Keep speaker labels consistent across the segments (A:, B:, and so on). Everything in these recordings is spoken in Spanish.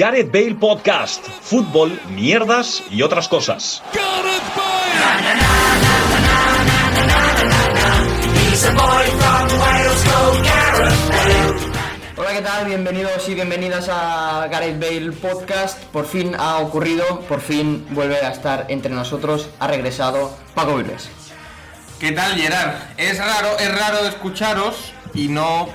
A: Gareth Bale Podcast, fútbol, mierdas y otras cosas.
B: Hola, ¿qué tal? Bienvenidos y bienvenidas a Gareth Bale Podcast. Por fin ha ocurrido, por fin vuelve a estar entre nosotros, ha regresado Paco Vives.
C: ¿Qué tal, Gerard? Es raro, es raro escucharos y no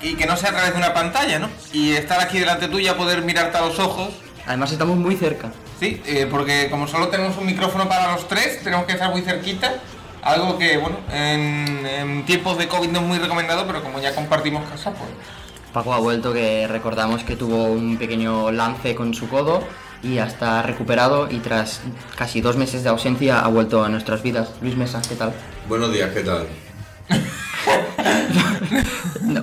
C: y que no sea a través de una pantalla, ¿no? Y estar aquí delante tuya, poder mirarte a los ojos.
B: Además estamos muy cerca.
C: Sí, eh, porque como solo tenemos un micrófono para los tres, tenemos que estar muy cerquita. Algo que, bueno, en, en tiempos de COVID no es muy recomendado, pero como ya compartimos casa, pues...
B: Paco ha vuelto, que recordamos que tuvo un pequeño lance con su codo y ya está recuperado y tras casi dos meses de ausencia ha vuelto a nuestras vidas. Luis Mesa, ¿qué tal?
D: Buenos días, ¿qué tal?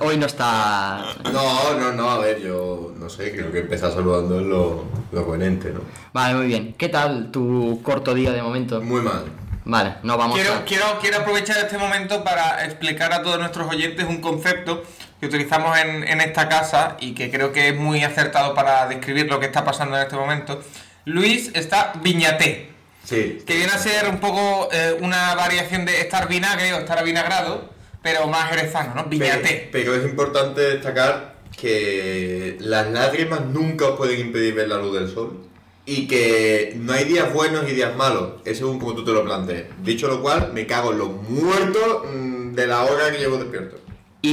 B: Hoy no está...
D: No, no, no, a ver, yo no sé, creo que empezar saludando es lo, lo coherente, ¿no?
B: Vale, muy bien. ¿Qué tal tu corto día de momento?
D: Muy mal.
B: Vale, no vamos
C: Quiero,
B: a...
C: quiero, quiero aprovechar este momento para explicar a todos nuestros oyentes un concepto que utilizamos en, en esta casa y que creo que es muy acertado para describir lo que está pasando en este momento. Luis está viñaté,
D: Sí.
C: que viene a ser un poco eh, una variación de estar vinagre o estar avinagrado, pero más jerezano, ¿no?
D: Pero,
C: Viñaté.
D: pero es importante destacar que las lágrimas nunca os pueden impedir ver la luz del sol y que no hay días buenos y días malos, es según como tú te lo plantees. Dicho lo cual, me cago en los muertos mm, de la hora que llevo despierto.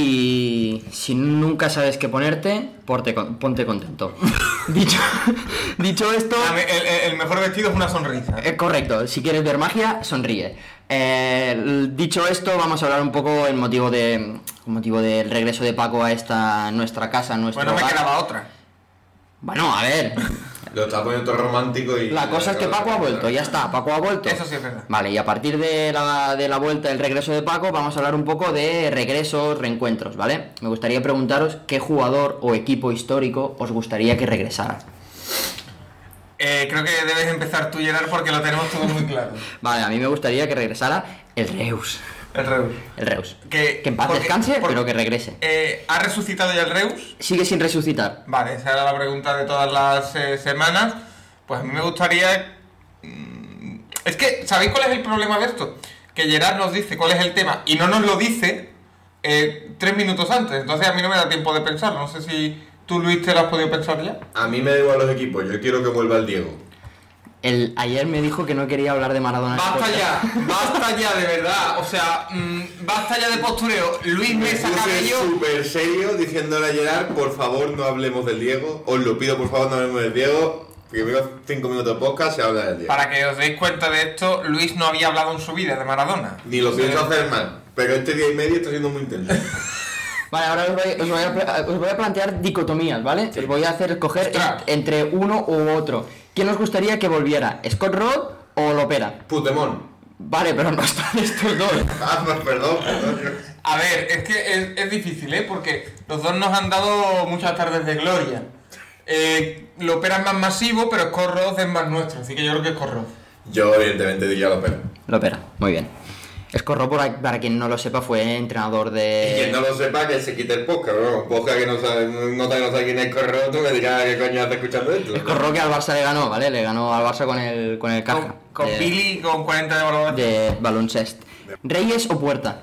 B: Y si nunca sabes qué ponerte, porte con- ponte contento. dicho, dicho esto,
C: A mí El, el- el mejor vestido es una sonrisa.
B: eh, correcto, si quieres ver magia, sonríe. Eh, l- dicho esto, vamos a hablar un poco el motivo de con motivo del regreso de Paco a esta nuestra casa, nuestro
C: Bueno, me
B: hogar.
C: quedaba otra.
B: Bueno, a ver,
D: Lo está poniendo todo romántico y...
B: la cosa es que Paco ha vuelto, ya está, Paco ha vuelto.
C: Eso sí es verdad.
B: Vale, y a partir de la, de la vuelta, el regreso de Paco, vamos a hablar un poco de regresos, reencuentros, ¿vale? Me gustaría preguntaros qué jugador o equipo histórico os gustaría que regresara.
C: Eh, creo que debes empezar tú, Gerard, porque lo tenemos todo muy claro.
B: Vale, a mí me gustaría que regresara el Reus.
C: El Reus.
B: El Reus.
C: Que-
B: Que en paz
C: porque-
B: descanse,
C: porque-
B: pero que regrese.
C: Eh, ¿Ha resucitado ya el Reus?
B: Sigue sin resucitar.
C: Vale, esa era la pregunta de todas las eh, semanas. Pues a mí me gustaría... mm, Es que, ¿sabéis cuál es el problema de esto? Que Gerard nos dice cuál es el tema y no nos lo dice eh, tres minutos antes. Entonces a mí no me da tiempo de pensarlo. No sé si tú, Luis, te lo has podido pensar ya.
D: A mí me da igual los equipos, yo quiero que vuelva el Diego.
B: El, ayer me dijo que no quería hablar de Maradona. en el
C: Basta
D: pues,
B: podcast.
C: ya, basta ya de verdad. O sea, mm, basta ya de postureo. Luis
D: Me
C: Mesa
D: puse
C: Cabello.
D: súper serio diciéndole a Gerard, por favor no hablemos del Diego. Os lo pido, por favor, no hablemos del Diego. Primero 5 minutos de podcast se habla del Diego.
C: Para que os deis cuenta de esto, Luis no había hablado en su vida de Maradona.
D: Ni lo
C: O sea,
D: pienso hacer mal, pero este día y medio está siendo muy intenso.
B: Vale, ahora os voy, os voy a, pla- os voy a plantear dicotomías, ¿vale? Os voy a hacer escoger en-
C: Ostras.
B: entre uno u otro. ¿Quién os gustaría que volviera? ¿Scott Roth o Lopera?
D: Putemón.
B: Vale, pero no están estos dos.
D: Ah, pues perdón, perdón.
C: A ver, es que es, es difícil, ¿eh? Porque los dos nos han dado muchas tardes de gloria. Eh, Lopera es más masivo, pero Scorroz es más nuestro, así que yo creo que es Scorroz.
D: Yo evidentemente diría lo peor.
B: Lopera, muy bien. Scott Roth, para, para quien no lo sepa, fue entrenador
D: Y quien no
B: de...
D: lo sepa, que se quite el podcast, ¿no? Un podcast que no sabe, nota que no sabe quién es Corroto, me dirá qué coño hace escuchando esto.
B: Scott Roth que al Barça le ganó, ¿vale? Le ganó al Barça con el, con el
C: Con,
B: Caja.
C: con
B: de,
C: Billy con 40 de valoración.
B: de baloncesto. ¿Reyes o Puerta?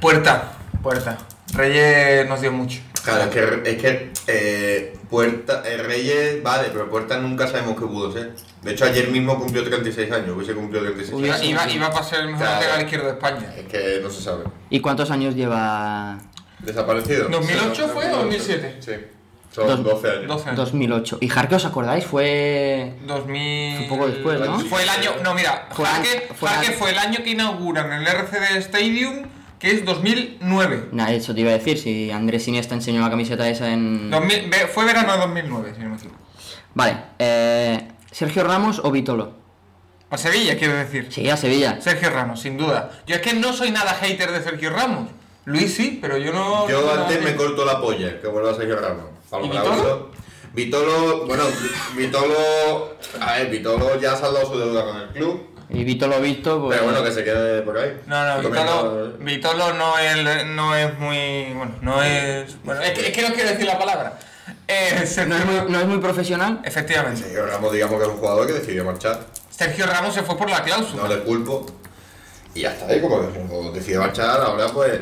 C: Puerta, puerta. Reyes nos dio mucho.
D: Claro, es que, es que eh, Puerta, eh, Reyes, vale, pero Puerta nunca sabemos qué pudo ser. De hecho, ayer mismo cumplió 36 años, hubiese cumplido 36
B: Uy,
D: años.
C: Iba,
B: sí,
C: iba,
B: sí.
C: iba a pasar el mejor
D: Claro.
C: lateral izquierdo de España.
D: Es que no se sabe.
B: ¿Y cuántos años lleva
D: ¿Desaparecido?
C: ¿2008
D: Sí,
C: fue o 2007?
D: Sí. Son
B: Eh, Dos-
D: 12 años.
C: 12
B: Ah.
C: años.
B: 2008? ¿Y Jarque os acordáis? Fue...
C: 2000...
B: Fue poco después,
D: ¿no?
C: Fue el año... No, mira,
B: Fue
C: Jarque
B: an-
C: fue,
B: fue an-
C: fue el año que inauguran el RCD Stadium, que es 2009.
B: Nah, eso te iba a decir, si Andrés Iniesta enseñó la camiseta esa en...
C: 2000 ve- fue verano de 2009, si no me equivoco.
B: Vale, eh, ¿Sergio Ramos o Vitolo?
C: A Pues Sevilla, quiero decir.
B: Sí, a Sevilla.
C: Sergio Ramos, sin duda. Yo es que no soy nada hater de Sergio Ramos. Luis sí, pero yo no...
D: Yo
C: no
D: antes
C: nada-
D: me corto la polla, que vuelva a Sergio Ramos. Pablo
C: ¿Y
D: Lauro.
C: Vitolo?
D: Vitolo, bueno, Vitolo. A ver, Vitolo ya ha saldado su deuda con el club.
B: Y Vitolo visto, pues...
D: Pero bueno, que se quede por ahí.
C: No, no,
D: Lo
C: Vitolo,
D: mismo,
C: Vitolo no, es, no es muy... Bueno, no es... Bueno, es que, es que no quiero decir la palabra. Eh, Sergio-
B: No es muy, no es muy profesional.
C: Efectivamente.
D: Sergio Eh, Ramos, digamos que es un jugador que decidió marchar.
C: Sergio Ramos se fue por la cláusula.
D: No le culpo. Y hasta ahí, como, como decidió marchar, ahora pues.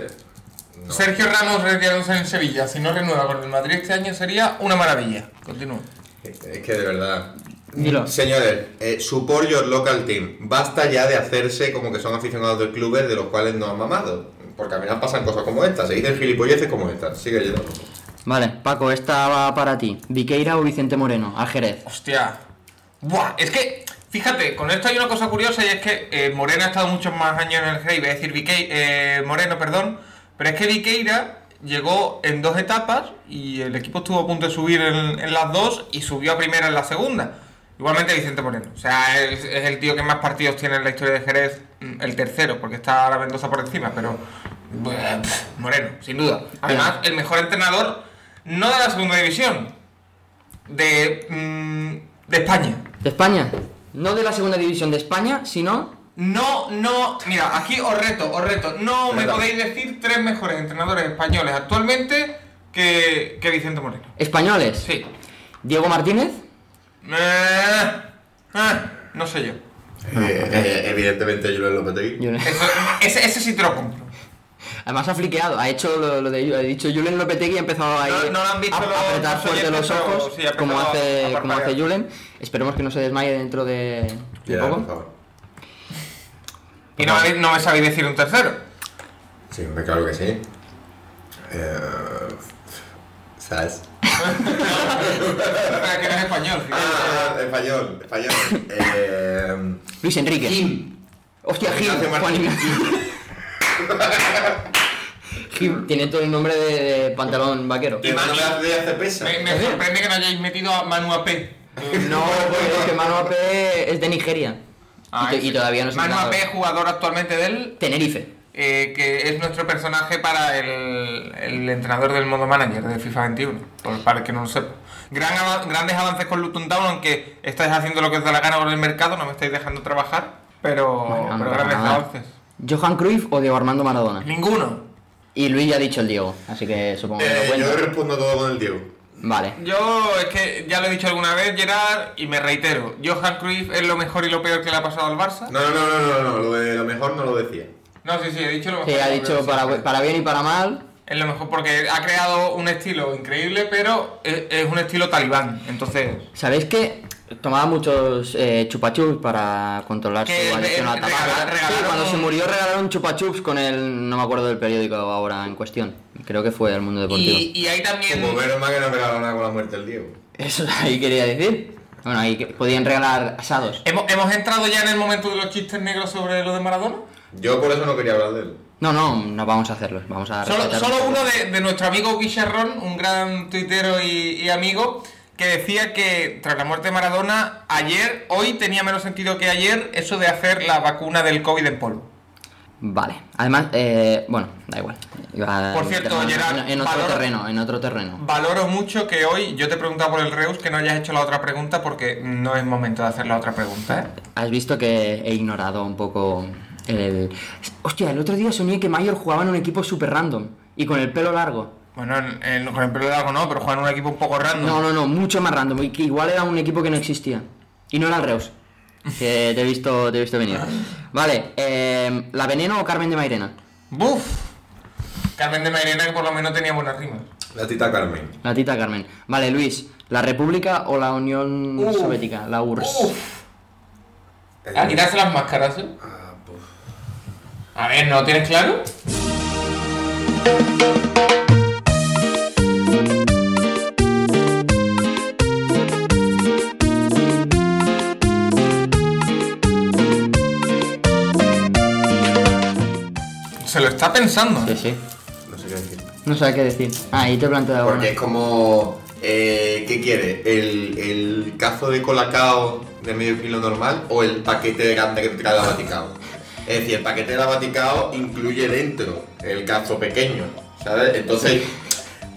D: no.
C: Sergio Ramos retirándose en Sevilla. Si no renueva con el Madrid este año sería una maravilla. Continúa.
D: Es que de verdad.
B: Dilo.
D: Señores, eh, support your local team. Basta ya de hacerse como que son aficionados del club de los cuales no han mamado. Porque al final pasan cosas como estas, se dicen gilipolleces como estas. Sigue yo.
B: Vale, Paco, esta va para ti. Viqueira o Vicente Moreno, al Jerez.
C: Hostia. Buah, es que, fíjate, con esto hay una cosa curiosa y es que eh, Moreno ha estado muchos más años en el Jerez, iba a decir Vique- eh, Moreno, perdón, pero es que Viqueira llegó en dos etapas y el equipo estuvo a punto de subir en, en las dos y subió a primera en la segunda. Igualmente Vicente Moreno, o sea, es, es el tío que más partidos tiene en la historia de Jerez, mm, el tercero, porque está la Mendoza por encima, pero buah, pf, Moreno, sin duda. Además, el mejor entrenador no de la segunda división, de, mm, de España.
B: ¿De España? No de la segunda división de España, sino.
C: No, no, mira, aquí os reto, os reto. No me
D: Verdad.
C: podéis decir tres mejores entrenadores españoles actualmente que, que Vicente Moreno.
B: Españoles.
C: Sí.
B: Diego Martínez.
C: Eh, eh, no sé yo.
D: Eh, evidentemente, Julen Lopetegui.
B: Julen-
C: Eso- ese, ese sí te lo compro.
B: Además ha fliqueado, ha hecho lo, lo de ha dicho Julen Lopetegui, ha empezado ahí
C: No- no lo han visto
B: a,
C: los-
B: a apretar
C: los
B: fuerte
C: oyentes,
B: los
C: pero
B: ojos,
C: sí, ha
B: como
C: empezado a
B: hace,
C: parpadear.
B: como hace Julen. Esperemos que no se desmaye dentro de, de
D: Ya, por
B: poco.
D: favor.
C: Y no, me- no me sabéis decir un tercero.
D: Sí, hombre, claro que sí. Eh, ¿Sabes?
C: Espera, Ah, que no es español. fíjate.
D: Ah, español, español. eh,
B: Luis Enrique. Hostia, Gil.
D: Ignacio
B: Juan
D: Martín.
B: Ignacio. Gil, Tiene todo el nombre de, de pantalón vaquero.
D: ¿Y Manuel de hacer pesa?
C: Me, me sorprende que no hayáis metido a Manu AP.
B: ¿eh? No, porque es que Manu Ape es de Nigeria.
C: Ah,
B: y, to-
C: ese.
B: y todavía no se
C: Manu AP, jugador actualmente del
B: Tenerife.
C: eh, que es nuestro personaje para el, el entrenador del modo manager de FIFA 21, por, para el que no lo sepa. Gran ava- grandes avances con Luton Town, aunque estáis haciendo lo que os da la gana con el mercado, no me estáis dejando trabajar, pero,
B: Bueno, no
C: pero
B: pasa
C: grandes
B: nada.
C: avances.
B: Johan Cruyff o Diego Armando Maradona.
C: Ninguno.
B: Y Luis ya ha dicho el Diego, así que supongo que no
D: Eh, yo
B: cuenta.
D: respondo todo con el Diego.
B: Vale.
C: Yo es que ya lo he dicho alguna vez, Gerard, y me reitero, Johan Cruyff es lo mejor y lo peor que le ha pasado al Barça.
D: No, no, no, no, no, no, lo de lo mejor no lo decía.
C: No, sí, sí, he dicho lo mejor.
B: Que
C: y
B: ha
C: lo
B: dicho
C: peor, sí.
B: para, para bien y para mal.
C: Es lo mejor porque ha creado un estilo increíble, pero es, es un estilo talibán, entonces...
B: ¿Sabéis que tomaba muchos eh, chupachups para controlar su
C: Que le-
B: adicción a la
C: regala-
B: tabaco?
C: regalaron-
B: Sí, cuando se murió regalaron chupachups con el... No me acuerdo del periódico ahora en cuestión. Creo que fue El Mundo Deportivo.
C: Y, y ahí también...
D: Como menos mal que no regaló nada con la muerte del Diego.
B: Eso ahí quería decir. Bueno, ahí que- podían regalar asados.
C: ¿Hemos, hemos entrado ya en el momento de los chistes negros sobre lo de Maradona?
D: Yo por eso no quería hablar de él.
B: No, no, no vamos a hacerlos. Vamos a
C: Solo,
B: respetar-
C: solo uno de, de nuestro amigo Guillerrón, un gran tuitero y, y amigo, que decía que tras la muerte de Maradona, ayer, hoy tenía menos sentido que ayer eso de hacer la vacuna del COVID en polvo.
B: Vale. Además, eh, bueno, da igual. Iba a
C: Por cierto,
B: meterme en-
C: Gerard,
B: en otro
C: valora-
B: terreno, en otro terreno.
C: Valoro mucho que hoy, yo te he preguntado por el Reus, que no hayas hecho la otra pregunta porque no es momento de hacer la otra pregunta, ¿eh?
B: Has visto que he ignorado un poco el... Hostia, el otro día soñé que Mayor jugaba en un equipo super random y con el pelo largo.
C: Bueno, en- en- con el pelo largo no, pero juegan un equipo un poco random.
B: No, no, no, mucho más random. Y que igual era un equipo que no existía. Y no era el Reus. Que te he visto, te he visto venir. Vale, eh, ¿La Veneno o Carmen de Mairena?
C: ¡Buf! Carmen de Mairena que por lo menos tenía buenas rimas.
D: La tita Carmen.
B: La tita Carmen. Vale, Luis, ¿la República o la Unión
C: Uf.
B: Soviética? La URSS.
C: Uf. A quitarse Ah, las máscaras, ¿eh?
D: Ah, pues.
C: A ver, ¿no tienes claro? Se lo está pensando.
B: Sí, sí.
D: No sé qué decir.
B: No sabe qué decir. Ah, ahí te he planteado una.
D: Porque es como. Eh, ¿Qué quiere? ¿El, ¿El cazo de colacao de medio kilo normal o el paquete grande que te trae la Vaticao? Es decir, el paquete de la Vaticao incluye dentro el cazo pequeño, ¿sabes? Entonces,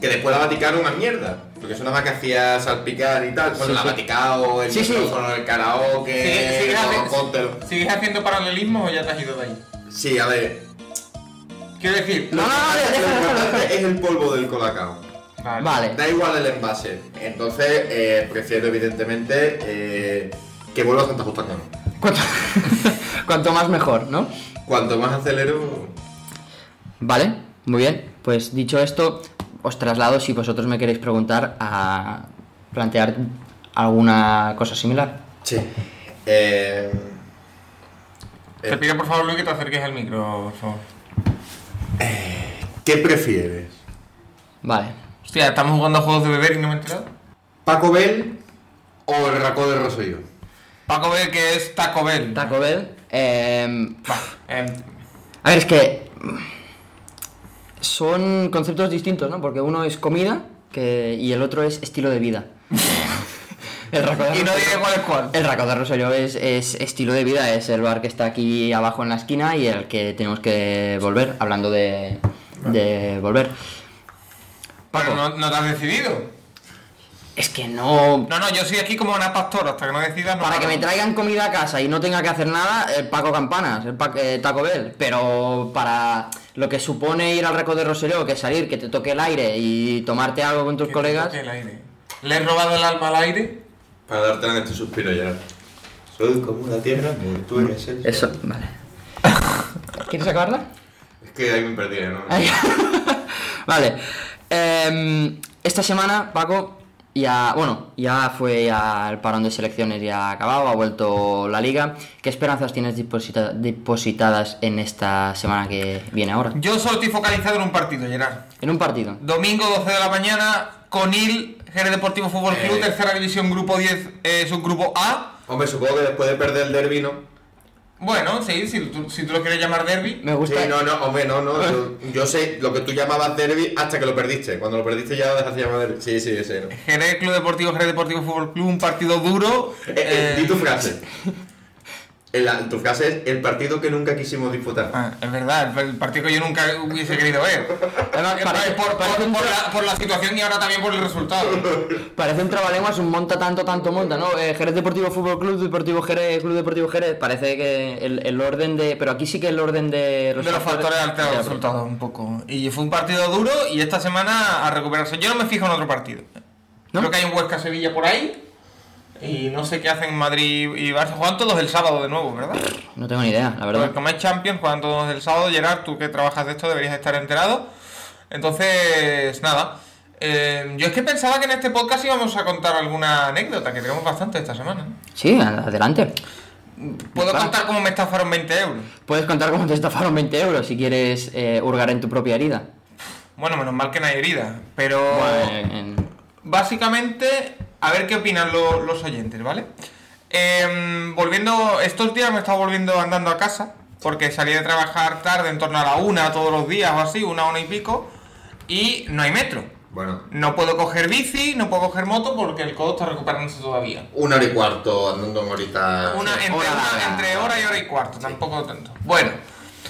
D: que después la Vaticao es una mierda. Porque es una vaca que hacía salpicar y tal. Bueno,
B: Sí,
D: la
B: sí.
D: Vaticao, el
B: Sí, sí.
D: micrófono, el karaoke,
C: ¿Sigues, sigues
D: los
C: haciendo-
D: cócteles.
C: sigues haciendo paralelismos o ya te has ido de ahí?
D: Sí, a ver.
C: Quiero decir,
B: No, no, no,
D: Lo
B: déjalo, déjalo,
D: importante
B: déjalo.
D: es el polvo del colacao.
C: Vale.
B: Vale.
D: Da igual el envase. Entonces, eh, prefiero, evidentemente, eh, que vuelva a Santa Justa Cano.
B: Cuanto, cuanto más mejor, ¿no?
D: Cuanto más acelero.
B: Vale, muy bien. Pues dicho esto, os traslado si vosotros me queréis preguntar a plantear alguna cosa similar.
D: Sí. Eh,
C: Te pido por favor, Luis, que te acerques al micro, por favor.
D: ¿Qué prefieres?
B: Vale.
C: Hostia, estamos jugando a juegos de beber y no me he enterado.
D: ¿Paco Bell o el Racó de Rosselló?
C: Paco Bell, que es Taco Bell.
B: Taco Bell. em,
C: Va, eh,
B: a ver, es que mm, son conceptos distintos, ¿no? Porque uno es comida que, y el otro es estilo de vida. el Racó de
C: y no
B: Rosselló-
C: diré cuál es cuál.
B: El Racó de Rosselló es, es estilo de vida, es el bar que está aquí abajo en la esquina y el que tenemos que volver, hablando de, de volver.
C: Pero no, no te has decidido.
B: Es que no...
C: No, no, yo soy aquí como una pastora, hasta que no decidas. No
B: Para que
C: paro.
B: me traigan comida a casa y no tenga que hacer nada, el Paco Campanas, el Pa- eh, Taco Bell. Pero para lo que supone ir al Racó de Rosselló, que salir, que te toque el aire y tomarte algo con tus
C: Que
B: colegas...
C: toque el aire. ¿Le he robado el alma al aire?
D: Para darte en este suspiro ya. Soy como la tierra, tú eres el.
B: Eso, vale. ¿Quieres acabarla?
D: Es que ahí me perdí, ¿no?
B: Ay. vale. Em, esta semana, Paco, ya, bueno, ya fue al parón de selecciones, ya ha acabado, ha vuelto la liga. ¿Qué esperanzas tienes deposita- depositadas en esta semana que viene ahora?
C: Yo solo estoy focalizado en un partido, Gerard.
B: En un partido.
C: Domingo 12 de la mañana, Conil, Jerez Deportivo Fútbol Club,
D: Eh.
C: tercera división, grupo 10, eh, subgrupo A.
D: Hombre, supongo que después de perder el derby, ¿no?
C: Bueno, sí, si tú, si tú lo quieres llamar derby.
B: Me
D: Sí,
B: gusta. Ah.
D: no, no, hombre, no, no. Yo, yo sé lo que tú llamabas derby hasta que lo perdiste. Cuando lo perdiste ya lo dejaste llamar derby. Sí, sí, ese, ¿no? Eh,
C: Jerez Club Deportivo, Jerez Deportivo Fútbol Club, un partido duro.
D: eh,
C: eh,
D: Di tu frase. En la- tu frase es el partido que nunca quisimos disputar.
C: Ah, es verdad, el el partido que yo nunca hubiese querido ver.
B: Además,
C: Eh,
B: parece,
C: por, por-
B: parece un
C: por
B: tra-
C: la, por la situación y ahora también por el resultado.
B: parece un trabalenguas, un monta tanto, tanto monta, ¿no? Eh, Jerez Deportivo Fútbol Club, Deportivo Jerez, Club Deportivo Jerez. Parece que el, el orden de. Pero aquí sí que el orden de
C: De los factores alterados el resultado un poco. Y fue un partido duro y esta semana a recuperarse. Yo no me fijo en otro partido.
B: ¿No?
C: Creo que hay un Huesca Sevilla por ahí. Y no sé qué hacen Madrid y Barça. Juegan todos el sábado de nuevo, ¿verdad?
B: No tengo ni idea, la verdad.
C: Porque como es Champions, juegan todos el sábado. Gerard, tú que trabajas de esto deberías estar enterado. Entonces, nada. Eh, yo es que pensaba que en este podcast íbamos a contar alguna anécdota, que tenemos bastante esta semana.
B: Sí, adelante.
C: Puedo
B: Claro.
C: contar cómo me estafaron 20 euros.
B: Puedes contar cómo te estafaron 20 euros si quieres eh, hurgar en tu propia herida.
C: Bueno, menos mal que no hay herida. Pero
B: Bueno, en- en-
C: básicamente, a ver qué opinan lo- los oyentes, ¿vale? Em, volviendo, estos días me he estado volviendo andando a casa. Porque salí de trabajar tarde, en torno a la una todos los días o así, una, una y pico. Y no hay metro.
D: Bueno,
C: No puedo coger bici, no puedo coger moto porque el codo está recuperándose todavía.
D: una hora y cuarto andando en horita.
C: Una, entre,
B: Hora
C: una-
B: larga.
C: entre hora y hora y cuarto, tampoco tanto. Bueno,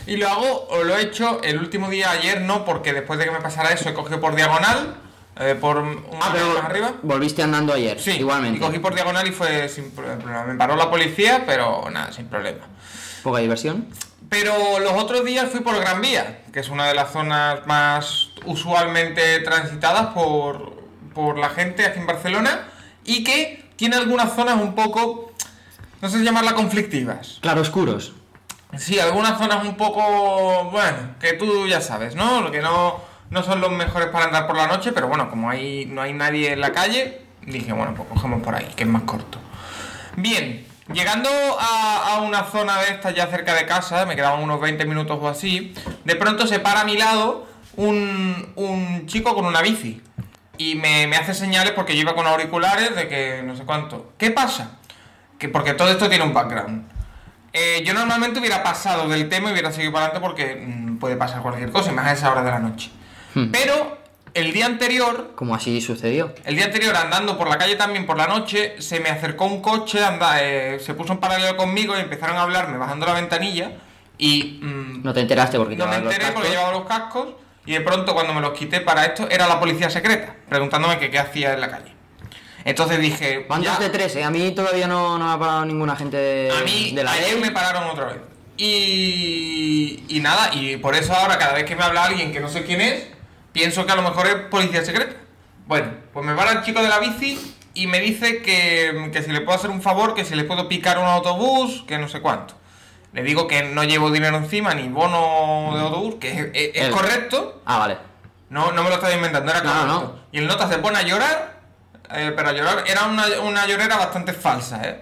C: y lo hago, o lo he hecho el último día ayer, no, porque después de que me pasara eso he cogido por diagonal, eh, por un
B: Ah,
C: metro
B: pero
C: más arriba.
B: volviste andando ayer,
C: Sí,
B: igualmente.
C: Y cogí por diagonal y fue sin pro- problema. Me paró la policía, pero nada, sin problema.
B: Poca diversión.
C: Pero los otros días fui por Gran Vía, que es una de las zonas más usualmente transitadas por, por la gente aquí en Barcelona y que tiene algunas zonas un poco, no sé si llamarla conflictivas.
B: Claroscuros.
C: Sí, algunas zonas un poco, bueno, que tú ya sabes, ¿no? Lo que no, no son los mejores para andar por la noche, pero bueno, como ahí no hay nadie en la calle, dije, bueno, pues cogemos por ahí, que es más corto. Bien, llegando a, a una zona de estas ya cerca de casa, me quedaban unos 20 minutos o así, de pronto se para a mi lado un, un chico con una bici y me, me hace señales porque yo iba con auriculares de que no sé cuánto. ¿Qué pasa? Que porque todo esto tiene un background. Eh, yo normalmente hubiera pasado del tema y hubiera seguido para adelante porque mm, puede pasar cualquier cosa, y más a esa hora de la noche.
B: Hmm.
C: Pero el día anterior
B: Como así sucedió.
C: el día anterior, andando por la calle también por la noche, se me acercó un coche, anda, eh, se puso en paralelo conmigo y empezaron a hablarme bajando la ventanilla. Y mm,
B: No te enteraste porque
C: no me
B: llevabas los
C: enteré porque
B: cascos.
C: llevaba los cascos. Y de pronto, cuando me los quité para esto, era la policía secreta, preguntándome que qué hacía en la calle. Entonces dije.
B: Bandas
C: ya-
B: de tres, ¿eh? A mí todavía no, no me ha parado ninguna gente de,
C: a mí
B: de la E
C: ayer
B: ley.
C: me pararon otra vez. Y, y nada, y por eso ahora cada vez que me habla alguien que no sé quién es, pienso que a lo mejor es policía secreta. Bueno, pues me va el chico de la bici y me dice que, que si le puedo hacer un favor, que si le puedo picar un autobús, que no sé cuánto. Le digo que no llevo dinero encima, ni bono de autobús, que es, es- es
B: Mm. El-
C: correcto.
B: Ah, vale.
C: No, no me lo estaba inventando, era
B: No,
C: correcto.
B: no.
C: Y el nota se pone a llorar, eh, pero a llorar, era una, una llorera bastante falsa, ¿eh?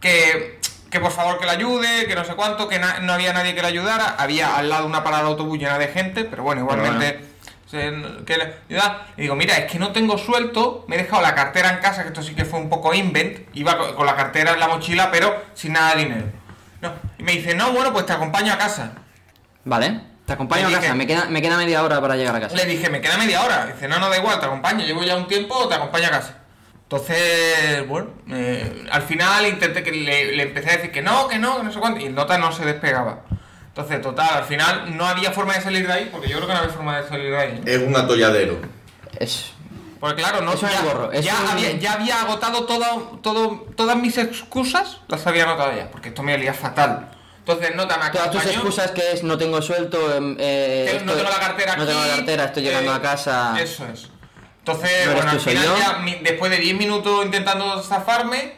C: Que, que por favor que la ayude, que no sé cuánto, que na- no había nadie que la ayudara, había al lado una parada de autobús llena de gente, pero bueno,
B: Pero
C: igualmente... se- que le ayuda. Y digo, mira, es que no tengo suelto, me he dejado la cartera en casa, que esto sí que fue un poco invent, iba co- con, la cartera en la mochila, pero sin nada de dinero. No. Y me dice, no, bueno, pues te acompaño a casa.
B: Vale. Te acompaño
C: Le
B: a
C: dije-
B: casa. Me queda, me queda media hora para llegar a casa.
C: Le dije, me queda media hora. Dice, no, no, da igual, te acompaño. Llevo ya un tiempo, te acompaño a casa. Entonces, bueno, eh, al final intenté que le, le empecé a decir que no, que no, que no sé cuánto. Y el nota no se despegaba. Entonces, total, al final no había forma de salir de ahí, porque yo creo que no había forma de salir de ahí. ¿eh?
D: Es un atolladero.
B: Es...
C: Porque claro, no
B: Eh, Eso es
C: ya,
B: gorro, eso
C: ya
B: es-
C: había, ya había agotado todo, todo, todas mis excusas, las había anotado ya, porque esto me olía fatal. Entonces, nota me
B: Todas tus
C: acompañó.
B: excusas que es no tengo suelto, em, eh,
C: Que no
B: estoy-
C: tengo la cartera
B: no tengo la
C: aquí,
B: cartera, estoy llegando
C: eh,
B: a casa.
C: Eso es. Entonces,
B: No eres
C: bueno,
B: tú,
C: al
B: soy
C: final
B: yo.
C: ya, mi- después de 10 minutos intentando zafarme,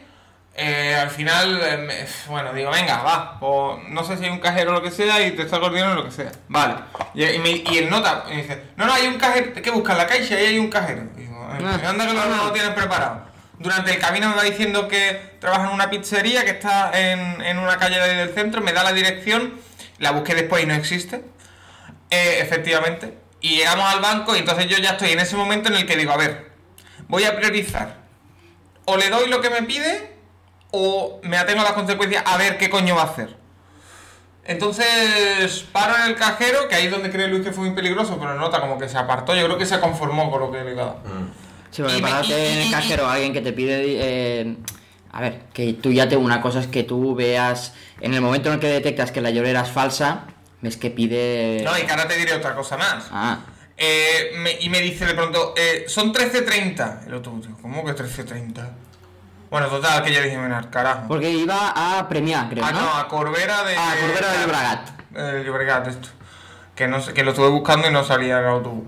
C: eh, al final, eh, me- bueno, digo, venga, va, o no sé si hay un cajero o lo que sea y te saco el dinero o lo que sea. Vale. Y, y me- y el nota me dice, no, no, hay un cajero, hay que buscar la caixa y hay un cajero. Y digo, eh,
B: Ah.
C: anda que lo, no lo tienes preparado. Durante el camino me va diciendo que trabaja en una pizzería que está en, en una calle de- del centro, me da la dirección, la busqué después y no existe. Eh, efectivamente. Y llegamos al banco y entonces yo ya estoy en ese momento en el que digo, a ver, voy a priorizar. O le doy lo que me pide o me atengo a las consecuencias a ver qué coño va a hacer. Entonces paro en el cajero, que ahí es donde cree Luis que fue muy peligroso, pero nota como que se apartó, yo creo que se conformó con lo que le daba.
B: Mm. Sí, porque
C: Y me-
B: pararte
C: y-
B: en
C: y-
B: el
C: y-
B: cajero a alguien que te pide. eh, a ver, que tú ya te. Una cosa es que tú veas. En el momento en el que detectas que la llorera es falsa, ves que pide.
C: No, y que ahora te diré otra cosa más.
B: Ah,
C: Eh, me- y me dice de pronto, eh, son 13.30. El otro, digo, ¿cómo que 13.30? Bueno, total, que ya dije, menar, carajo.
B: porque iba a premiar, creo,
C: Ah,
B: ¿no?
C: no, a Corbera de.
B: Ah, Corbera de Llobregat.
C: Eh, Llobregat, esto. Que, no sé, que lo estuve buscando y no salía el autobús.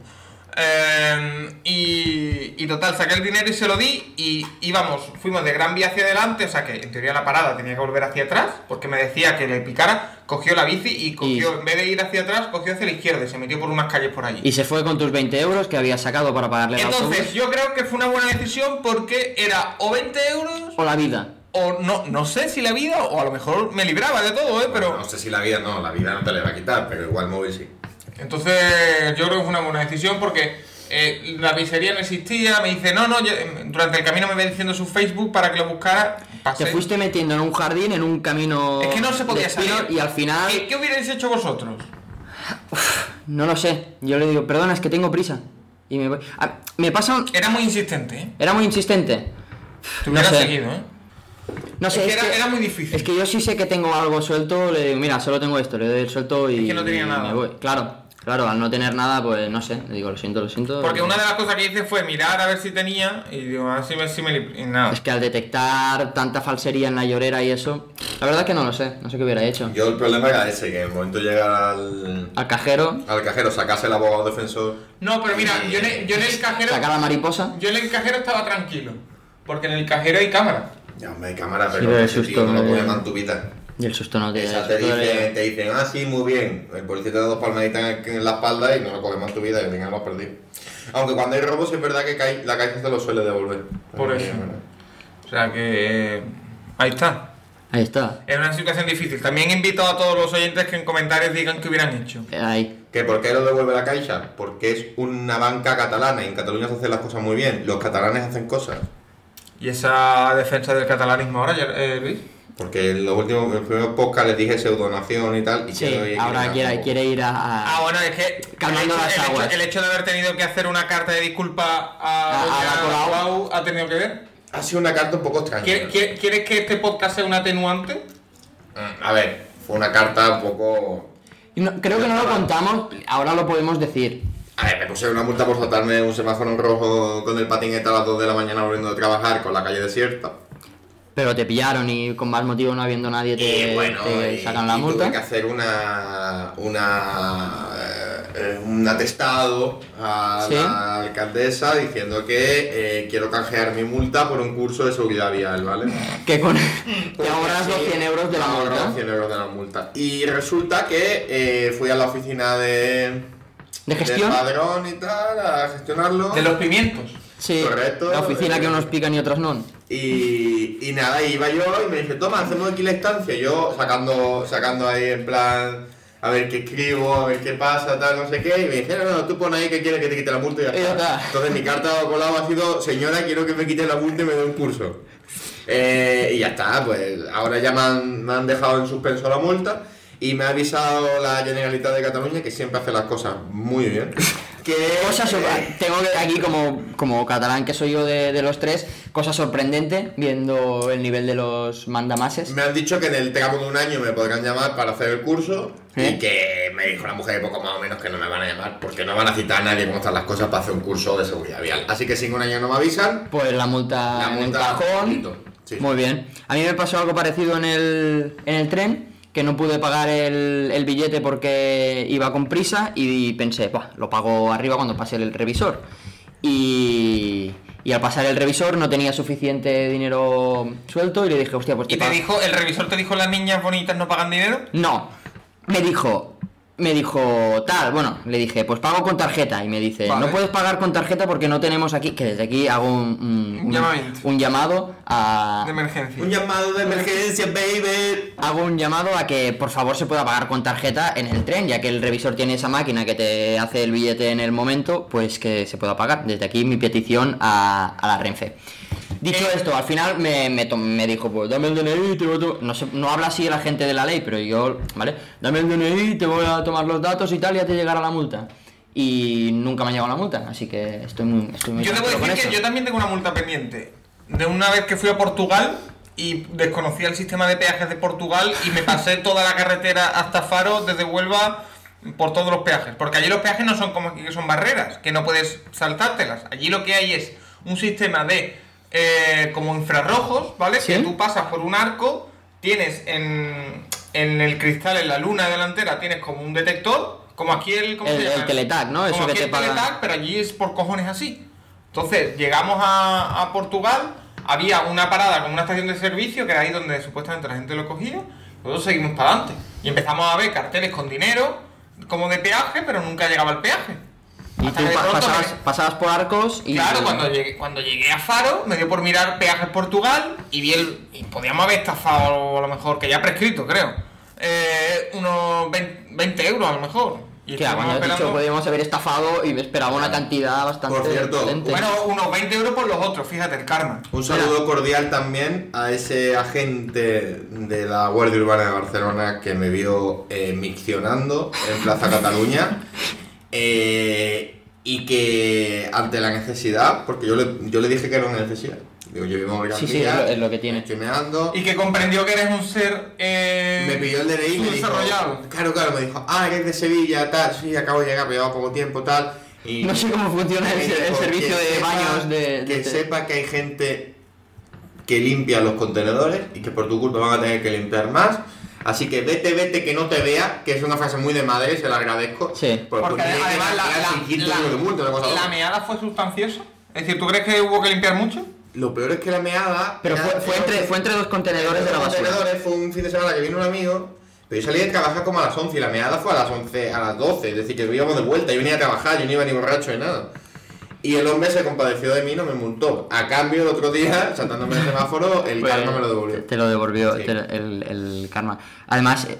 C: Eh, y, y total, saqué el dinero y se lo di. Y íbamos, fuimos de Gran Vía hacia adelante. O sea que en teoría la parada tenía que volver hacia atrás. Porque me decía que le picara. Cogió la bici y cogió, en vez de ir hacia atrás, cogió hacia la izquierda y se metió por unas calles por allí.
B: Y se fue con tus 20 euros que habías sacado para pagarle el
C: Entonces,
B: autobús.
C: yo creo que fue una buena decisión porque era o 20 euros.
B: O la vida.
C: O no, no sé si la vida, o a lo mejor me libraba de todo, ¿eh? Pero.
D: No sé si la vida no, la vida no te la va a quitar, pero igual móvil sí.
C: Entonces, yo creo que fue una buena decisión porque eh, la pizzería no existía. Me dice, no, no, yo- em, durante el camino me va diciendo su Facebook para que lo buscara. Pasé.
B: Te fuiste metiendo en un jardín, en un camino.
C: Es que no se
B: de
C: podía
B: espinos,
C: salir. Eh.
B: Y al final.
C: ¿Qué, qué hubierais hecho vosotros?
B: No lo sé. Yo le digo, perdona, es que tengo prisa. Y me voy. Ah, me pasa. un-
C: Era muy insistente, ¿eh?
B: Era muy insistente.
C: Te hubieras
B: sé.
C: seguido, ¿eh?
B: No sé,
C: Es que
B: es
C: era-
B: que-
C: era muy difícil.
B: Es que yo sí sé que tengo algo suelto, le digo, mira, solo tengo esto, le doy el suelto y.
C: Es que no tenía
B: y
C: nada.
B: me voy. Claro, claro, al no tener nada, pues no sé, le digo, lo siento, lo siento.
C: Porque una de las cosas que hice fue mirar a ver si tenía y digo, a ver si me, si me li- y nada.
B: Es que al detectar tanta falsería en la llorera y eso, la verdad es que no lo sé, no sé qué hubiera hecho.
D: Yo el problema era ese, que en el momento de llegar al,
B: Al cajero,
D: al cajero, sacase el abogado defensor.
C: No, pero mira, yo en, el- yo en el cajero.
B: sacar la mariposa.
C: Yo en el cajero estaba tranquilo. Porque en el cajero hay cámara.
D: Ya, hombre, cámara,
B: Sí,
D: pero
B: pero
D: ese
B: susto,
D: tío no lo
B: eh.
D: puede más en tu vida.
B: Y el susto no tiene.
D: Esa te dicen, te dicen, ah, sí, muy bien. El policía te da dos palmaditas en en la espalda y no lo coge más en tu vida, que tengas más perdido. Aunque cuando hay robos, sí es verdad que cae- la caixa te lo suele devolver. Eh,
C: Por
D: Ay,
C: eso.
D: mira.
C: O sea que. eh, ahí está.
B: Ahí está.
C: Es una situación difícil. También invito a todos los oyentes que en comentarios digan qué hubieran hecho.
B: Ahí.
D: ¿Que ¿Por qué lo devuelve la Caixa? Porque es una banca catalana y en Cataluña se hacen las cosas muy bien. Los catalanes hacen cosas.
C: ¿Y esa defensa del catalanismo ahora, eh, Luis?
D: Porque en los últimos, en el primer podcast les dije pseudonación y tal. Y
B: Sí,
D: quiero ir-
B: ahora quiere, quiere ir a. a-
C: Ah, bueno, es que.
B: Calmando
C: el hecho-
B: las
C: el hecho-
B: aguas. Ah,
C: el hecho de haber tenido que hacer una carta de disculpa a.
B: A- a la Colau.
C: Colau ha tenido que ver.
D: Ha sido una carta un poco extraña.
C: ¿Quie- quie- ¿Quieres que este podcast sea un atenuante?
D: Mm, A ver, fue una carta un poco.
B: No, creo que no lo contamos, ahora lo podemos decir.
D: A ver, me puse una multa por saltarme un semáforo en rojo con el patinete a las 2 de la mañana volviendo de trabajar con la calle desierta.
B: Pero te pillaron y con más motivo no habiendo nadie te,
D: y Eh, bueno,
B: te
D: y-
B: sacan la
D: y
B: multa.
D: Tuve que hacer una. una. eh, eh, un atestado a
B: Sí.
D: la alcaldesa diciendo que eh, quiero canjear mi multa por un curso de seguridad vial, ¿vale?
B: Que con. Te ahorras los 100 euros de la
D: Ahorro
B: multa.
D: los 100 euros de la multa. Y resulta que eh, fui a la oficina de,
B: ¿De gestión?
D: del padrón y tal a gestionarlo.
C: De los pimientos.
B: Sí.
D: Correcto.
B: La oficina que
D: Eh,
B: unos pican y otros no.
D: Y, y nada, iba yo y me dice, toma, hacemos aquí la estancia. Yo sacando, sacando ahí en plan, a ver qué escribo, a ver qué pasa, tal, no sé qué. Y me dice, no, no, tú pon ahí que quieres que te quite la multa y ya
B: Y ya
D: está.
B: está.
D: Entonces mi carta de colado ha sido, señora, quiero que me quite la multa y me dé un curso. Eh, y ya está, pues ahora ya me han, me han dejado en suspenso la multa y me ha avisado la Generalitat de Cataluña, que siempre hace las cosas muy bien. Que,
B: Cosa sor-
D: eh,
B: Tengo que aquí como, como catalán que soy yo de, de los tres, cosa sorprendente viendo el nivel de los mandamases.
D: Me han dicho que en el tramo de un año me podrán llamar para hacer el curso
B: ¿Eh?
D: y que me dijo la mujer poco más o menos que no me van a llamar porque no van a citar a nadie cómo están las cosas para hacer un curso de seguridad vial. Así que si en un año no me avisan,
B: Pues la multa,
D: la
B: en el
D: multa
B: cajón.
D: quito. Sí.
B: Muy bien. A mí me pasó algo parecido en el, en el tren, que no pude pagar el, el billete porque iba con prisa y, pensé, "Buah, lo pago arriba cuando pase el revisor. Y, y al pasar el revisor no tenía suficiente dinero suelto y le dije, hostia, pues
C: Y te
B: pago".
C: dijo, el revisor te dijo las niñas bonitas no pagan dinero.
B: No, me dijo, me dijo tal, bueno, le dije, pues pago con tarjeta y me dice,
C: Vale.
B: no puedes pagar con tarjeta porque no tenemos aquí, que desde aquí hago un, un-
C: Un
B: un-
C: llamamiento.
B: un llamado a...
C: De emergencia.
D: Un llamado de emergencia, baby.
B: Hago un llamado a que por favor se pueda pagar con tarjeta en el tren, ya que el revisor tiene esa máquina que te hace el billete en el momento, pues que se pueda pagar. Desde aquí mi petición a, a la Renfe. Dicho esto, al final me, me, tom- me dijo, pues dame el DNI, y te voy a to-". no, sé, no habla así la gente de la ley, pero yo, ¿vale? Dame el DNI, te voy a tomar los datos y tal, y ya te llegará la multa. Y nunca me ha llegado la multa, así que estoy muy... Estoy muy
C: Yo te voy a
B: tranquilo con
C: decir que yo
B: eso.
C: también tengo una multa pendiente. De una vez que fui a Portugal y desconocía el sistema de peajes de Portugal y me pasé toda la carretera hasta Faro, desde Huelva, por todos los peajes. Porque allí los peajes no son como aquí, que son barreras, que no puedes saltártelas. Allí lo que hay es un sistema de eh, como infrarrojos, ¿vale?
B: Sí.
C: Que tú pasas por un arco, tienes en, en el cristal, en la luna delantera, tienes como un detector, como aquí el... ¿cómo
B: El-
C: se llama?
B: el teletag, ¿no? Eso
C: Como
B: que
C: aquí
B: te
C: el
B: pagan.
C: teletag, pero allí es por cojones así. Entonces, llegamos a, a Portugal, había una parada con una estación de servicio, que era ahí donde supuestamente la gente lo cogía, nosotros seguimos para adelante. Y empezamos a ver carteles con dinero, como de peaje, pero nunca llegaba el peaje.
B: Y
C: Hasta
B: tú
C: que de
B: pa-
C: pronto
B: pasabas,
C: me-
B: pasabas por arcos y...
C: Claro, cuando llegué, cuando llegué a Faro, me dio por mirar peajes Portugal y vi el. Y podíamos haber estafado, a lo mejor, que ya prescrito, creo. eh, unos 20, 20 euros, a lo mejor. Y
B: Claro, cuando
C: estábamos
B: has dicho
C: esperando-
B: podíamos haber estafado y me esperaba una cantidad bastante
D: Por cierto,
B: potente.
C: Bueno, unos 20 euros por los otros, fíjate, el karma.
D: Un saludo cordial también a ese agente de la Guardia Urbana de Barcelona que me vio eh, miccionando en Plaza Cataluña eh, y que ante la necesidad, porque yo le, yo le dije que era una necesidad, digo yo vivo en
B: Sí,
D: Gran
B: sí,
D: Vía,
B: es lo- es lo que tiene.
D: estoy meando,
C: Y que comprendió que eres un ser. Eh,
D: me pidió el DNI y me dijo,
C: subdesarrollado.
D: claro, claro, me dijo, ah, eres de Sevilla, tal, sí, acabo de llegar, pero llevaba poco tiempo, tal. Y
B: No sé cómo funciona el,
D: Dijo,
B: el servicio
D: que
B: de
D: sepa-
B: baños de... de-
D: que sepa que hay gente que limpia los contenedores y que por tu culpa van a tener que limpiar más. Así que vete, vete, que no te vea, que es una frase muy de madre, se la agradezco.
B: Sí.
D: Por-
C: Porque
D: tiene "Pues que
C: además la,
D: pagar
C: la-
D: 600
C: la-
D: euros de multa, una cosa
C: la
D: loca.
C: meada fue sustanciosa. Es decir, ¿tú crees que hubo que limpiar mucho?
D: Lo peor es que la meada.
B: Pero fue,
D: era-
B: fue, entre, fue entre dos contenedores de la
D: Los
B: basura.
D: contenedores, fue un fin de semana que vino un amigo. Pero yo salí de trabajar como a las 11 y la meada fue a las 11, a las 12. Es decir, que íbamos de vuelta. Yo venía a trabajar, yo no iba ni borracho ni nada. Y el hombre se compadeció de mí, no me multó. A cambio, el otro día, saltándome el semáforo, el
B: Pues,
D: karma me lo devolvió.
B: Te lo devolvió
D: Sí.
B: te lo- el, el karma. Además, eh,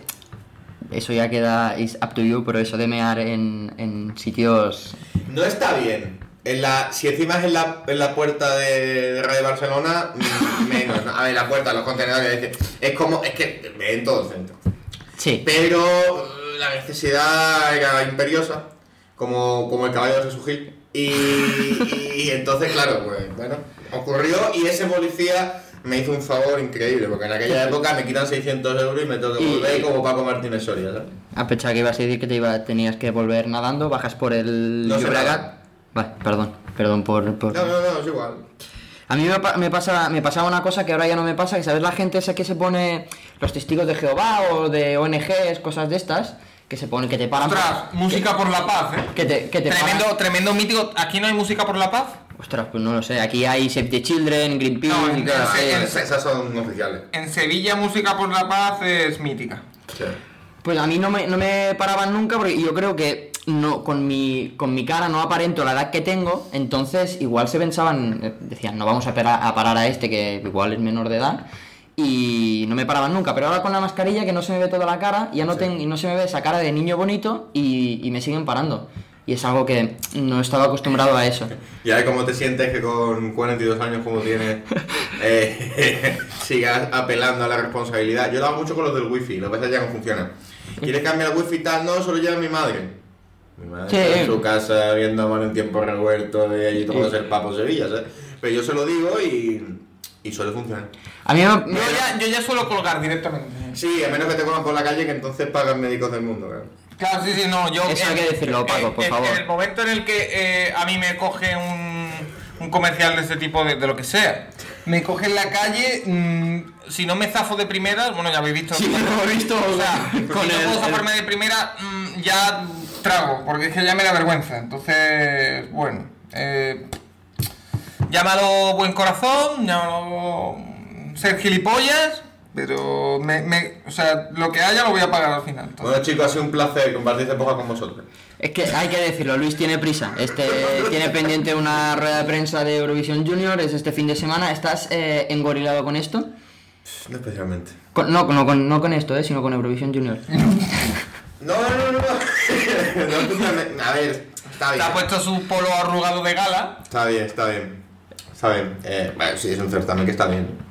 B: eso ya queda... Is up to you, pero eso de mear en, en sitios...
D: No está bien. En la, si encima es en la, en la puerta de, de Radio Barcelona, mm, menos. ¿no? A ver, la puerta, los contenedores. Es, que- es como. Es que. me En todo el centro.
B: Sí.
D: Pero eh, la necesidad era imperiosa, como, como el caballo de Jesús Gil. Y, y entonces, claro, pues bueno, ocurrió y ese policía me hizo un favor increíble, porque en aquella época me quitan 600 euros y eh, me tengo que
B: Y-
D: volver como Paco Martínez Soria, ¿sabes?
B: A pensar que ibas a decir que te iba, tenías que volver nadando, bajas por el...
D: No sé
B: Llobregat.
D: nadar.
B: Vale, perdón. Perdón por... por...
D: No, no, no, es igual.
B: A mí me, pa- me pasa, me pasaba una cosa que ahora ya no me pasa, que sabes la gente esa que se pone los testigos de Jehová o de ONGs, cosas de estas, que que se ponen, que te paran.
C: Ostras,
B: que-
C: música por la paz, ¿eh?
B: Que te, que te paran-
C: Tremendo, tremendo mítico. ¿Aquí no hay música por la paz?
B: Ostras, pues no lo sé. Aquí hay Save the Children, Greenpeace.
C: No,
B: y
C: en-
D: Ah,
B: cosas
C: en-
B: así.
C: en-
D: Esas esas son oficiales.
C: En Sevilla, música por la paz es mítica.
D: Sí.
B: Pues a mí no me, no me paraban nunca porque yo creo que no con mi, con mi cara no aparento la edad que tengo, entonces igual se pensaban, eh, decían, no vamos a, pera- a parar a este que igual es menor de edad y no me paraban nunca, pero ahora con la mascarilla que no se me ve toda la cara, ya no,
D: Sí.
B: ten- y no se me ve esa cara de niño bonito y, y me siguen parando. Y es algo que no estaba acostumbrado a eso.
D: Y ahora, ¿cómo te sientes que con 42 años como tienes eh, sigas apelando a la responsabilidad? Yo lo hago mucho con los del wifi, lo que pasa es que ya no funciona. ¿Quieres cambiar el wifi y tal? No, solo lleva mi madre. Mi madre
B: Sí.
D: está en su casa viendo a mano en tiempo revuelto de allí tomándose el papo en Sevilla, ¿sabes? Pero yo se lo digo y, y suele funcionar.
B: A mí me-
C: Yo ya, yo ya suelo colgar directamente.
D: Sí, a menos que te cojan por la calle que entonces pagan médicos del mundo, claro.
C: Claro, sí, sí, no, yo...
B: Eso hay
C: eh,
B: que decirlo, Paco,
C: eh,
B: por
C: en-
B: favor.
C: En el momento en el que eh, a mí me coge un, un comercial de este tipo, de, de lo que sea, me coge en la calle, mm, si no me zafo de primera, bueno, ya habéis visto...
B: Sí, lo he visto
C: O sea,
B: con
C: si no
B: el-
C: puedo
B: el-
C: zafarme de primera, mm, ya trago, porque es que ya me da vergüenza. Entonces, bueno, eh, llámalo buen corazón, llámalo mm, ser gilipollas, pero me, me- o sea, lo que haya lo voy a pagar al final. Entonces,
D: Bueno, chicos, ha sido un placer compartir esta época con vosotros.
B: Es que hay que decirlo, Luis tiene prisa. Este tiene pendiente una rueda de prensa de Eurovisión Junior, es este fin de semana. ¿Estás eh, engorilado con esto?
D: No especialmente.
B: Con- no, no, con, no con esto, eh, sino con Eurovisión Junior.
D: No, no, no, no. No, especialmente. a ver, está
C: te
D: bien.
C: ha puesto su polo arrugado de gala.
D: Está bien, está bien. Está bien. Eh, bueno, sí, es un certamen que está bien.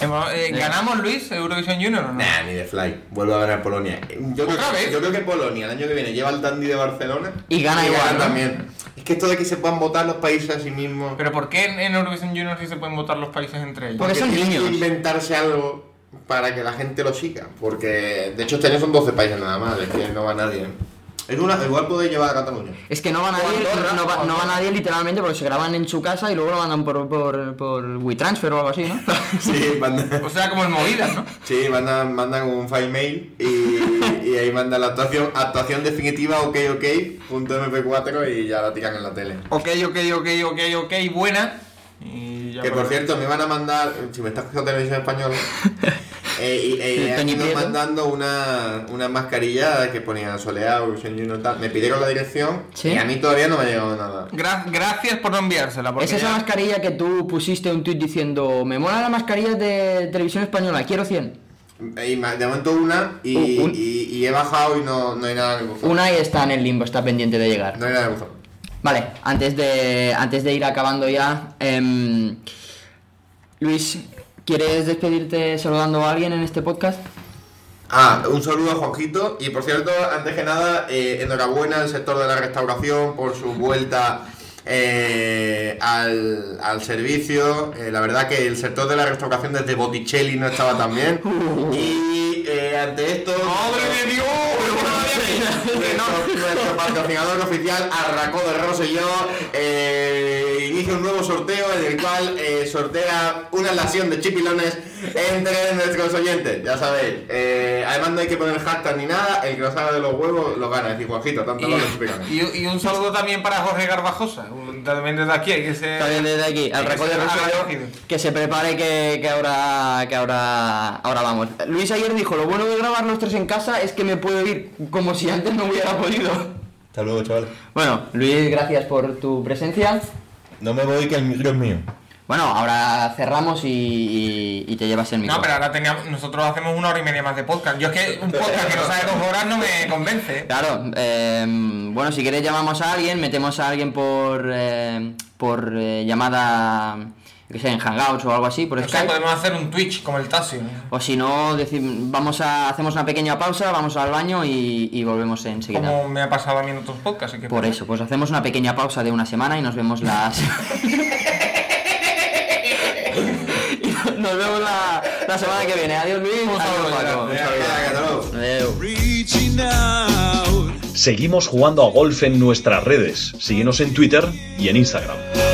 C: Hemos- eh, ¿Ganamos, Luis, Eurovision Junior
B: Ah.
C: o no?
D: Nah, ni de fly. Vuelve a ganar Polonia. Eh, Yo creo,
C: ¿Otra vez?
D: yo creo que Polonia el año que viene lleva el dandy de Barcelona.
B: Y gana igual,
D: gana
B: ¿no?
D: también. Es que esto de que se puedan votar los países a sí mismos.
C: ¿Pero por qué en, en Eurovision Junior sí se pueden votar los países entre ellos?
B: Porque son
D: tienen
B: niños.
D: que inventarse algo para que la gente lo siga. Porque, de hecho, este año son 12 países nada más. Es que no va nadie. Es una, igual puede llevar a Cataluña.
B: Es que no va nadie,
C: Andorra,
B: no va,
C: o
B: no va
C: Andorra.
B: nadie literalmente porque se graban en su casa y luego lo mandan por, por, por WeTransfer o algo así, ¿no?
D: Sí, manda-
C: O sea, como en movidas, ¿no?
D: Sí, mandan, mandan un file mail y, y ahí mandan la actuación, actuación definitiva, ok, ok, punto mp4 y ya la tiran en la tele.
C: Ok, ok, ok, ok, ok, buena. Y ya
D: que por
C: para-
D: cierto, me van a mandar, si me estás escuchando televisión española, eh, y- eh,
B: Toñi
D: han ido
B: Prieto.
D: mandando una, una mascarilla que ponía soleado, Evolution Junior tal. Me pidieron la dirección
B: Sí.
D: y a mí todavía no me ha llegado nada.
C: Gra- gracias por no enviársela. Porque
B: Es esa
C: ya-
B: mascarilla que tú pusiste un tuit diciendo, me mola la mascarilla de televisión española, quiero 100.
D: Y me- de momento una y,
B: Uh, Un- un-
D: y- y he bajado y no, no hay nada en el buzón.
B: Una y está en el limbo, está pendiente de llegar.
D: No hay nada en el buzón.
B: Vale, antes de, antes de ir acabando ya, em, Luis, ¿quieres despedirte saludando a alguien en este podcast?
C: Eh,
D: Ah, un saludo a Juanjito. Y por cierto, antes que nada, eh, enhorabuena al sector de la restauración por su vuelta eh, al, al servicio. Eh, la verdad que el sector de la restauración desde Botticelli no estaba tan bien. Y eh, ante esto.
C: ¡Madre de Dios!
D: Nuestro, nuestro patrocinador oficial, Arracó de Rosselló, eh, inicia un nuevo sorteo en el cual eh, sortea una lación de chipilones entre nuestros oyentes. Ya sabéis, eh, además no hay que poner hashtag ni nada, el que no salga de los huevos lo gana. Es decir, Juanjito, tanto no lo explican.
C: Y, y- y un saludo también para Jorge Garbajosa. un- También desde aquí hay que ser.
B: También
D: eh.
B: desde aquí, al
C: hay que
B: Racó de
C: ser
B: Rosselló,
C: agradecido.
B: que se prepare que, que ahora que ahora ahora vamos. Luis ayer dijo, lo bueno de grabar los tres en casa es que me puedo ir como si antes no hubiera podido.
D: Hasta luego, chaval.
B: Bueno, Luis, gracias por tu presencia.
D: No me voy, que el micro es mío.
B: Bueno, ahora cerramos y, y- y te llevas el micro.
C: No, pero ahora teníamos, nosotros hacemos una hora y media más de podcast. Yo es que un podcast que no sabe dos horas no me convence. ¿eh?
B: Claro, eh, bueno, si quieres llamamos a alguien, metemos a alguien por, eh, por eh, llamada, yo qué sé, en Hangouts o algo así, por
C: O sea,
B: Skype.
C: podemos hacer un Twitch como el Tassi. ¿no?
B: O si no, decim- vamos a, hacemos una pequeña pausa, vamos al baño y, y volvemos enseguida.
C: Como me ha pasado a mí en otros podcasts. así que-
B: Por eso, pues hacemos una pequeña pausa de una semana y nos vemos las... Y nos vemos la, la semana que viene. Adiós Luis.
C: saludo,
B: Adiós, Paco.
C: Gerard.
D: hasta luego.
B: Adeu.
E: Reaching out.
A: Seguimos jugando a golf en nuestras redes. Síguenos en Twitter y en Instagram.
E: Oh,